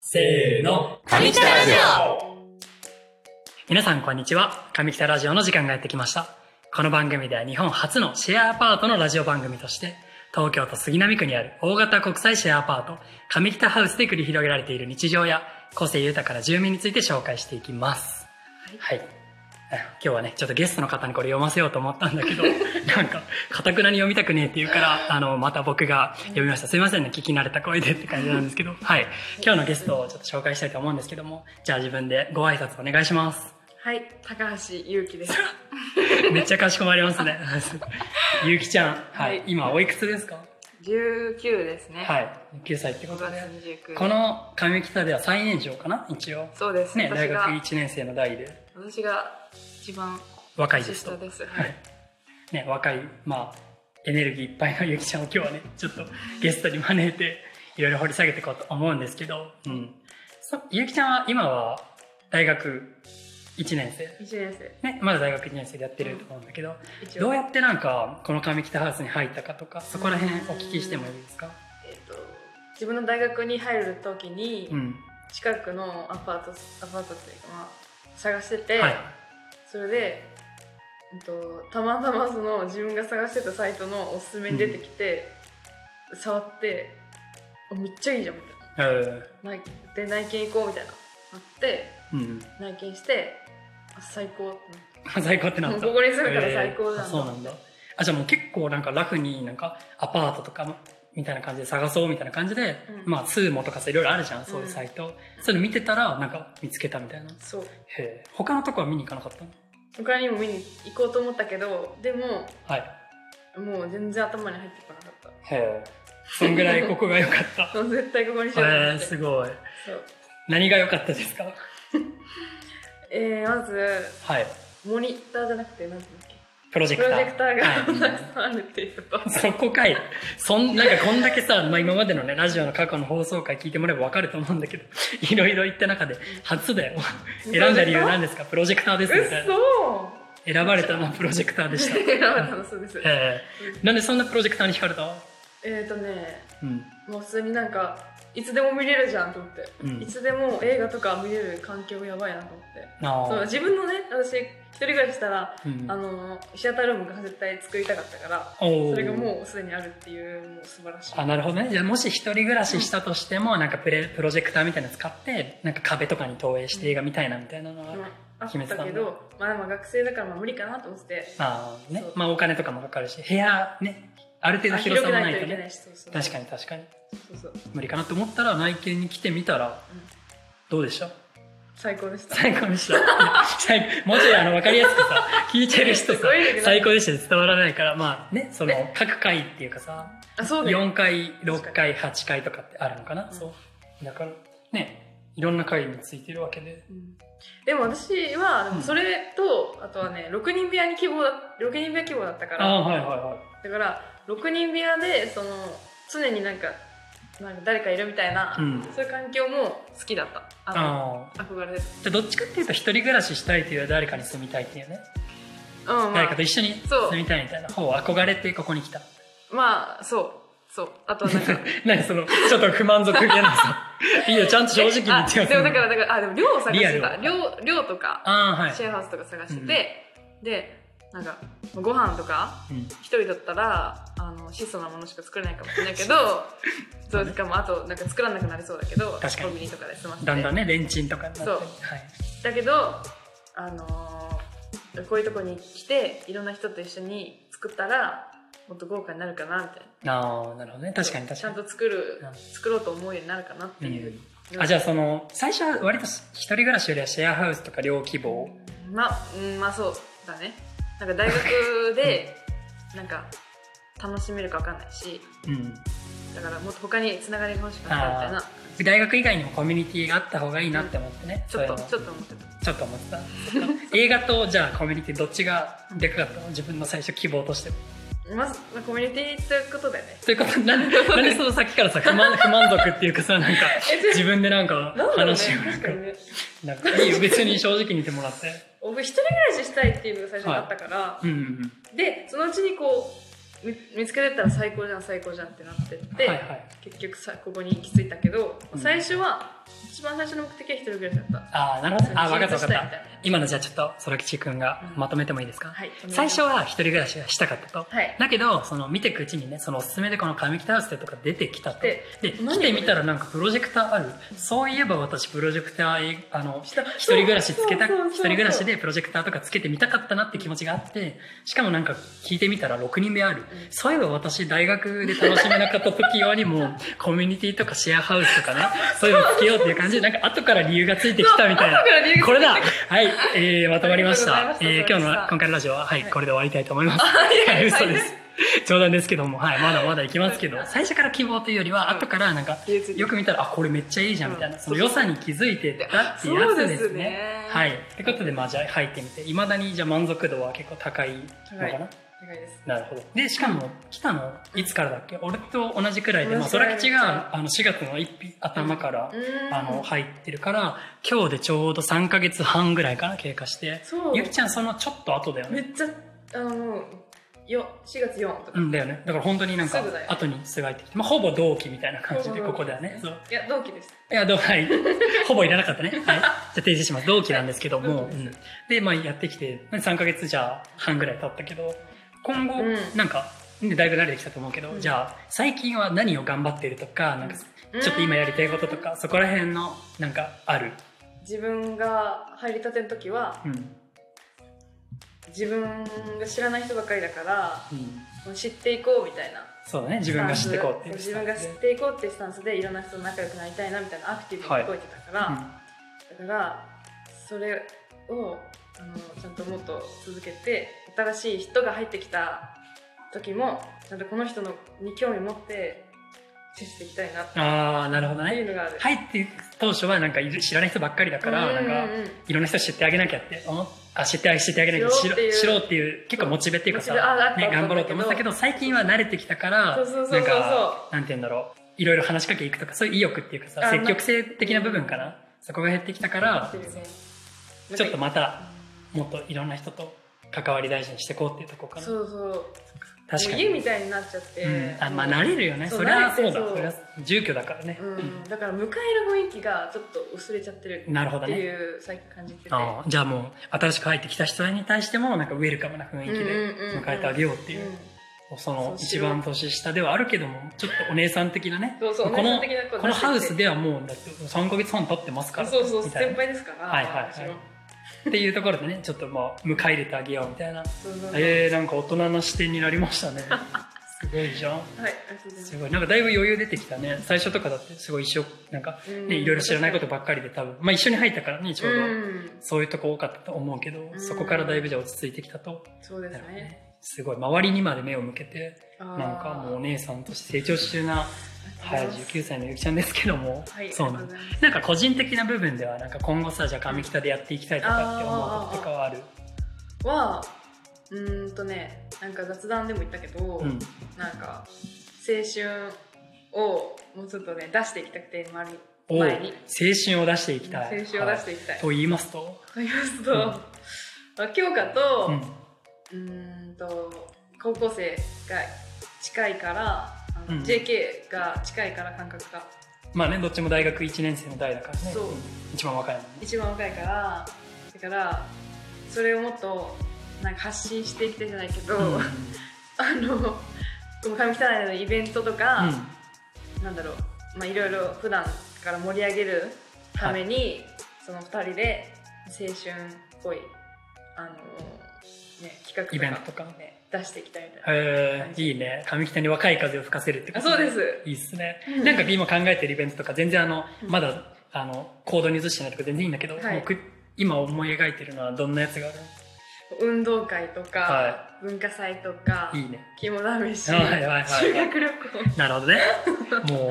せーの。上北ラジオ皆さんこんにちは上北ラジオの時間がやってきましたこの番組では日本初のシェアアパートのラジオ番組として東京都杉並区にある大型国際シェアアパート上北ハウスで繰り広げられている日常や個性豊かな住民について紹介していきますはい、あ今日はねちょっとゲストの方にこれ読ませようと思ったんだけど なんかかたくなに読みたくねえって言うからあのまた僕が読みましたすいませんね聞き慣れた声でって感じなんですけどはい今日のゲストをちょっと紹介したいと思うんですけどもじゃあ自分でご挨拶お願いします はい、高橋優希です。めっちゃかしこまりますね。 ゆうきちゃん、ははいい、今おいくつですか。 19ですね。。はいい、9歳ってこ5と月で。 29。この上北では最年少かな、一応。そうです。ね、私大が学一年生の代で、私が一番若いで年すと下。です。ははいい。。ね、若い、まあ、エネルギーいっぱいのゆうきちゃんを今日はね、ちょっとゲストに招いて。いろいろ掘り下げていこうと思うんですけど、うん。そゆうきちゃんは今は大学一年生。一年生。ね、まだ大学一年生でやってると思うんだけど、一どう応やってなんかこの上北ハウスに入ったかとかそこら辺お聞きしてもいいですかえっと自分の大学に入るときに、うん近くのアパートアパートっていうかまあ探してて、はいそれで。えっとたまたまその自分が探してたサイトのおすすめに出てきて、触ってあめっちゃいいじゃんみたいなえ内で内見行こうみたいなあってーうん内見してあ最高ってなって最高ってなったもうここに住むから最高なんだあそうなんだあじゃあもう結構なんかラフになんかアパートとかみたいな感じで探そうみたいな感じで、うんまあツーモとかさいろいろあるじゃんそういうサイト、それ見てたらなんか見つけたみたいなへそうえ他のとこは見に行かなかったの他にも見に行こうと思ったけどでもはいもう全然頭に入ってこなかっへえそんぐらいここが良かった たもう絶対ここにしようとへ思えってすごいそう何が良かったですかえー、まずはいモニターじゃなくて何ていうんだっプロジけェプクタロージェクターがたはいくさんあるっていう ことそこかい。 そん、なんかこんだけさ、 まあ今までのね、ラジオの過去の放送回聞いてもらえばわかると思うんだけど、いろいろ言った中で、初だよ。選んだ理由何ですかプロジェクターですうみったいそな。選ばれたのはプロジェクターで した。選ばれたのそうですえー、なんでそんなプロジェクターに惹かれたえっ、ー、とねうん。もう普通になんかいつでも見れるじゃんと思って、うんいつでも映画とか見れる環境やばいなと思ってあそうー自分のね私一人暮らししたら、うんあのシアタールームが絶対作りたかったからおーそれがもうすでにあるっていうもう素晴らしいあ、なるほどね。じゃあもし一人暮らししたとしても、なんかプレ、プロジェクターみたいなの使って、なんか壁とかに投影して映画みたいなみたいなのが、まああっ決めてたたんだけどまあでも学生だからまあ無理かなと思ってあーねそう。まあお金とかもかかるし、部屋ね、ある程度あ広広さくもなないいとといけなね。いしそうそう確かに確かに。そうそう無理かなと思ったら内見に来てみたら、どうでした最高でした最高でした最高もうちょいあの分かりやすくさ聞いてる人さすごいね 最高でしたって伝わらないからまあねその各回っていうかさあそうだよ4回6回8回とかってあるのかな、うんそうだからねいろんな回についてるわけでうんでも私はでもそれと、あとはね6人部屋に希望だ6人部屋希望だったかあらあはいはいはだから6人部屋でその常になんかなんか誰かいるみたいな、いうんそういう環境も好きだったああの憧れですあでどっちかっていうと一人暮らししたいというよりは誰かに住みたいっていうね、うんまあ誰かと一緒にそう住みたいみたいな方を憧れてここに来たまあそうそうあとはなんか 何そのちょっと不満足げなさ いいよちゃんと 正直に言あってよでもだからだからあでも寮を探してたリアル寮寮とかああはいシェアハウスとか探してて、でなんかご飯とかうん一人だったらあの質素なものしか作れないかもしれないけ どそうしかもあとなんか作らなくなりそうだけど確かにコンビニとかで済ませてだんだんねレンチンとかになってそうはい、だけどあのーこういうとこに来ていろんな人と一緒に作ったらもっと豪華になるかなみたいなああなるほどね確かに確ちゃかんにと作るうん作ろうと思うようになるかなっていう、うんあじゃあその最初は割と一人暮らしよりはシェアハウスとか両規模まあ、うん、まあそうだねなんか大学でなんか楽しめるか分かんないしうんだからもっと他につながりが欲しかったみたいな大学以外にもコミュニティがあった方がいいなって思ってね、ちょっとそういうのちょっと思ってたちょっと思ってたそっか映画とじゃあコミュニティどっちがでかかったの自分の最初希望としてまず、まあ、コミュニティということだよねということ なんでなんでそのさっきからさ不満不満足っていうかさなんかえちょ 自分でなんかなんだろうね話をなん確かかにねなんかいいよ別に正直に言ってもらって僕一人暮らししたいっていうのが最初にあったから、うんうんでそのうちにこうみ見つけてったら最高じゃん最高じゃんってなってっうんて、はいはい結局さここに行き着いたけど、うん最初は一番最初の目的は一人暮らしだったああ、なるほど。あー、分かった分かっ。自立したいみいな今のじゃあちょっと、空吉くんがまとめてもいいですか、はいお願いします最初は一人暮らしがしたかったと。はいだけど、その見てくうちにね、そのおすすめでこの神北ハウスってとか出てきたと。でで、来てみたらなんかプロジェクターある。そういえば私プロジェクター、えあの、ひと一人暮らしつけた、そうそうそうそう一人暮らしでプロジェクターとかつけてみたかったなって気持ちがあって、しかもなんか聞いてみたら6人目ある。そういえば私大学で楽しめなかった時用に も、コミュニティとかシェアハウスとかね、そういうのつけようっていう感じで、なんか後から理由がついてきたみたいなだ。から理由 がこれ だはい、えー、まとまりましありたが。とうございえーました今日のまとまりました今回のラジオは、はい、はいこれで終わりたいと思います。やはい、いや嘘です。冗談ですけども、はい、まだまだいきますけど、最初から希望というよりは、うん後からなんか、理由ついてよく見たら、あ、これめっちゃいいじゃんみたいな、うんその良さに気づいてたっていうやつですね。はいい。ってことで、まあ、じゃあ入ってみて、いまだに、じゃあ満足度は結構高いのかな、高いお願いですなるほど。で、しかも、来たの、いつからだっけ俺と同じくらいで、まあ、同じそくららい吉が、あの、4月の一日頭から、うーんあの入ってるから今日でちょうど3ヶ月半ぐらいかな経過してそうゆきちゃんそのちょっと後だよめねっちゃあのよ4月4とか、うんだよねだから本当になんかすぐだよ後にすが入ってきて、まあ、ほぼ同期みたいな感じでほぼここだよねそういや同期ですいやどうはい ほぼいらなかったね、はい、じゃあ提示します同期なんですけども、同う期ですん、で、まあ、やってきて3ヶ月じゃあ半ぐらい経ったけど今後、うんなんかねだいぶ慣れてきたと思うけど、うんじゃあ最近は何を頑張ってるとかなんかちょっと今やりたいこととかそこら辺のなんかある、うん自分が入りたての時はうん自分が知らない人ばかりだからうん、もう知っていこうみたいなそうだね自分が知ってこうっていうスタンス自分が知っていこうっていうスタンスでいろんな人と仲良くなりたいなみたいなアクティブに動いてたから、だからそれをあのちゃんともっと続けて新しい人が入ってきた時もちゃんとこの人のに興味持って接していきたいなっうん、ああなるほどていうねのがある。入って当初はなんかいる知らない人ばっかりだからうなんうんんかうんいろんな人知ってあげなきゃって思っあ知ってあ知ってあげなきゃ知知ろろうっていう知ろうっていう結構モチベっていうかさモチベああったね、あった頑張ろうと思ってたけど最近は慣れてきたからそうそうそうなそんうかなんて言うんだろういろいろ話しかけいくとかそういう意欲っていうかさあ積極性的な部分かなそこが減ってきたからそうですねちょっとなんかまたもっといろんな人と関わり大事にしていこうっていうところかなそうそう確かもうに家みたいになっちゃって、うん、あまあもう慣れるよねそうそれは慣それうだてそそうれは住居だからね、うん、だから迎える雰囲気がちょっと薄れちゃってるうんなるほっどてねいう最近感じてて、ああじゃあもう新しく入ってきた人に対してもなんかウェルカムな雰囲気で迎えてあげよようっていう、そのそうし一よう番年下ではあるけどもちょっとお姉さん的なねそうそうこの同じ的な子このハウス出してではもうだって3ヶ月半経ってますきかてらそうそうみたい先な輩ですからはいはいはい私もっていうところでねちょっとまあ迎え入れてあげようみたいなそうそうそうえー、なんか大人な視点になりました ねすごいじゃんはい、ありがとうございますすごいなんかだいぶ余裕出てきたね最初とかだってすごい一生なんかうんね、いろいろ知らないことばっかりで多分、まあ、一緒に入ったからねちょうど、んそういうとこ多かったと思うけどんそこからだいぶじゃあ落ち着いてきたと、そうですなるほどね。ねすごい周りにまで目を向けてななんかもうお姉さんとして成長中な、はい、19歳のゆきちゃんですけども、はい、そうななんんで。ですすなんか個人的な部分ではなんか今後さじゃあ上北でやっていきたいとかって思うこととかはあるは、うーんとね、なんか雑談でも言ったけど、うんなんか青春をもうちょっとね出していきたくて周りおう青前に春を出していきた青春いを出していいきたい。と言いますと、と言いますと、うんまあ教科と、うん、うーんと高校生が近いから、あのうん JK が近いから感覚がまあねどっちも大学1年生の代だからねそうん一番若いもんね一番若いからだからそれをもっとなんか発信していきたいじゃないけど、 うんあのこの上北内のイベントとうか、んなんだろうまあいろいろ普段から盛り上げるために、その2人で青春っぽいあの、ね、企画とかイベントとかね、出していきたいみたいな、へえいいね上北に若い風を吹かせるってこあとそうですいいっすね、うんなんか今考えてるイベントとか全然あのうんまだあの行動に移してないとか全然いいんだけど、はい僕今思い描いてるのはどんなやつがある運動会とか、は文化祭とかいいね肝試し、はいはいはいはい修学旅行なるほど ねもう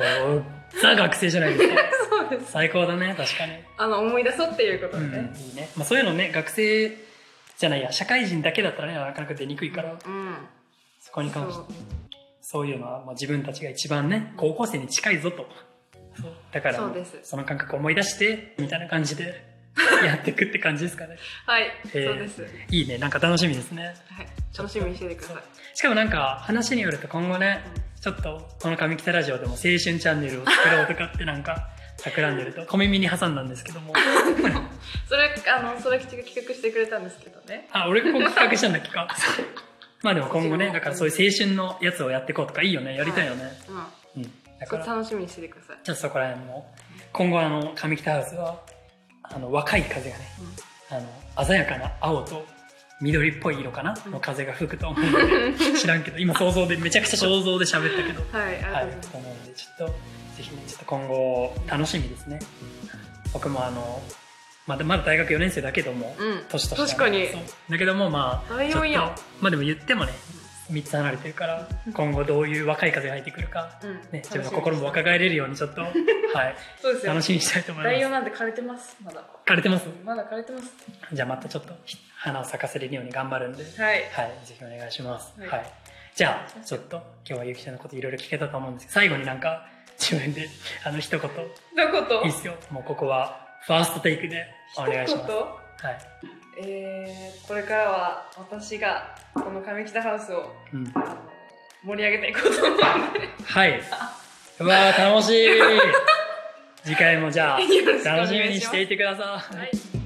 ザ学生じゃないですかそうです最高だね確かに、あの思い出そうっていうことうでんね、いいね、まあ、そういうのね学生じゃないや社会人だけだったらねなかなか出にくいからうんそこに関してそうそういうのは、まあ、自分たちが一番ね高校生に近いぞとそうだからそうですその感覚を思い出してみたいな感じで やっていくって感じですかねはい、ーそうです、はい、いいねなんか楽しみですね楽しみにしててくださいしかもなんか話によると今後ねちょっとこの上北ラジオでも青春チャンネルを作ろうとかってなんか 企んでると小耳に挟んだんですけどもそれあの空吉が企画してくれたんですけどねあ俺ここ企画したんだっけ かまあでも今後ねだからそういう青春のやつをやっていこうとかいいよねやりたいよね、うんうんだそかれら楽しみにしててください ちょっとそこら辺も今後あの上北ハウスはあの若い風がね、あの鮮やかな青と緑っぽい色かな、うんの風が吹くと思うので知らんけど今想像でめちゃくちゃ想像で喋ったけどはいありはいがとうございます、と思うんでちょっとぜひねちょっと今後楽しみですね僕もあのまだまだ大学4年生だけども、うん年としては確かにそうだけどもまあ第ちょっと四やんまあでも言ってもね3つ離れてるから今後どういう若い風が入ってくるか、うんね、自分の心も若返れるように ちょっとはいそうですよ楽しみにしたいと思い第ま4すなんて枯れてますまだ枯れてますまだ枯れてますじゃあまたちょっと花を咲かせれるように頑張るんではいはい、ぜひお願いします。は。はいいじゃあ、ちょっと今日はゆきちゃんのこといろいろ聞けたと思うんですけど、最後になんか自分であの一言、いどこといっすよ。もうここはファーストテイクでお願いします。は一い。言えー、これからは私がこの上北ハウスをうん。盛り上げていこうと思うんではい。うわ ー、楽しい次回もじゃあ、よろしくお願いします 楽しみにしていてください。はい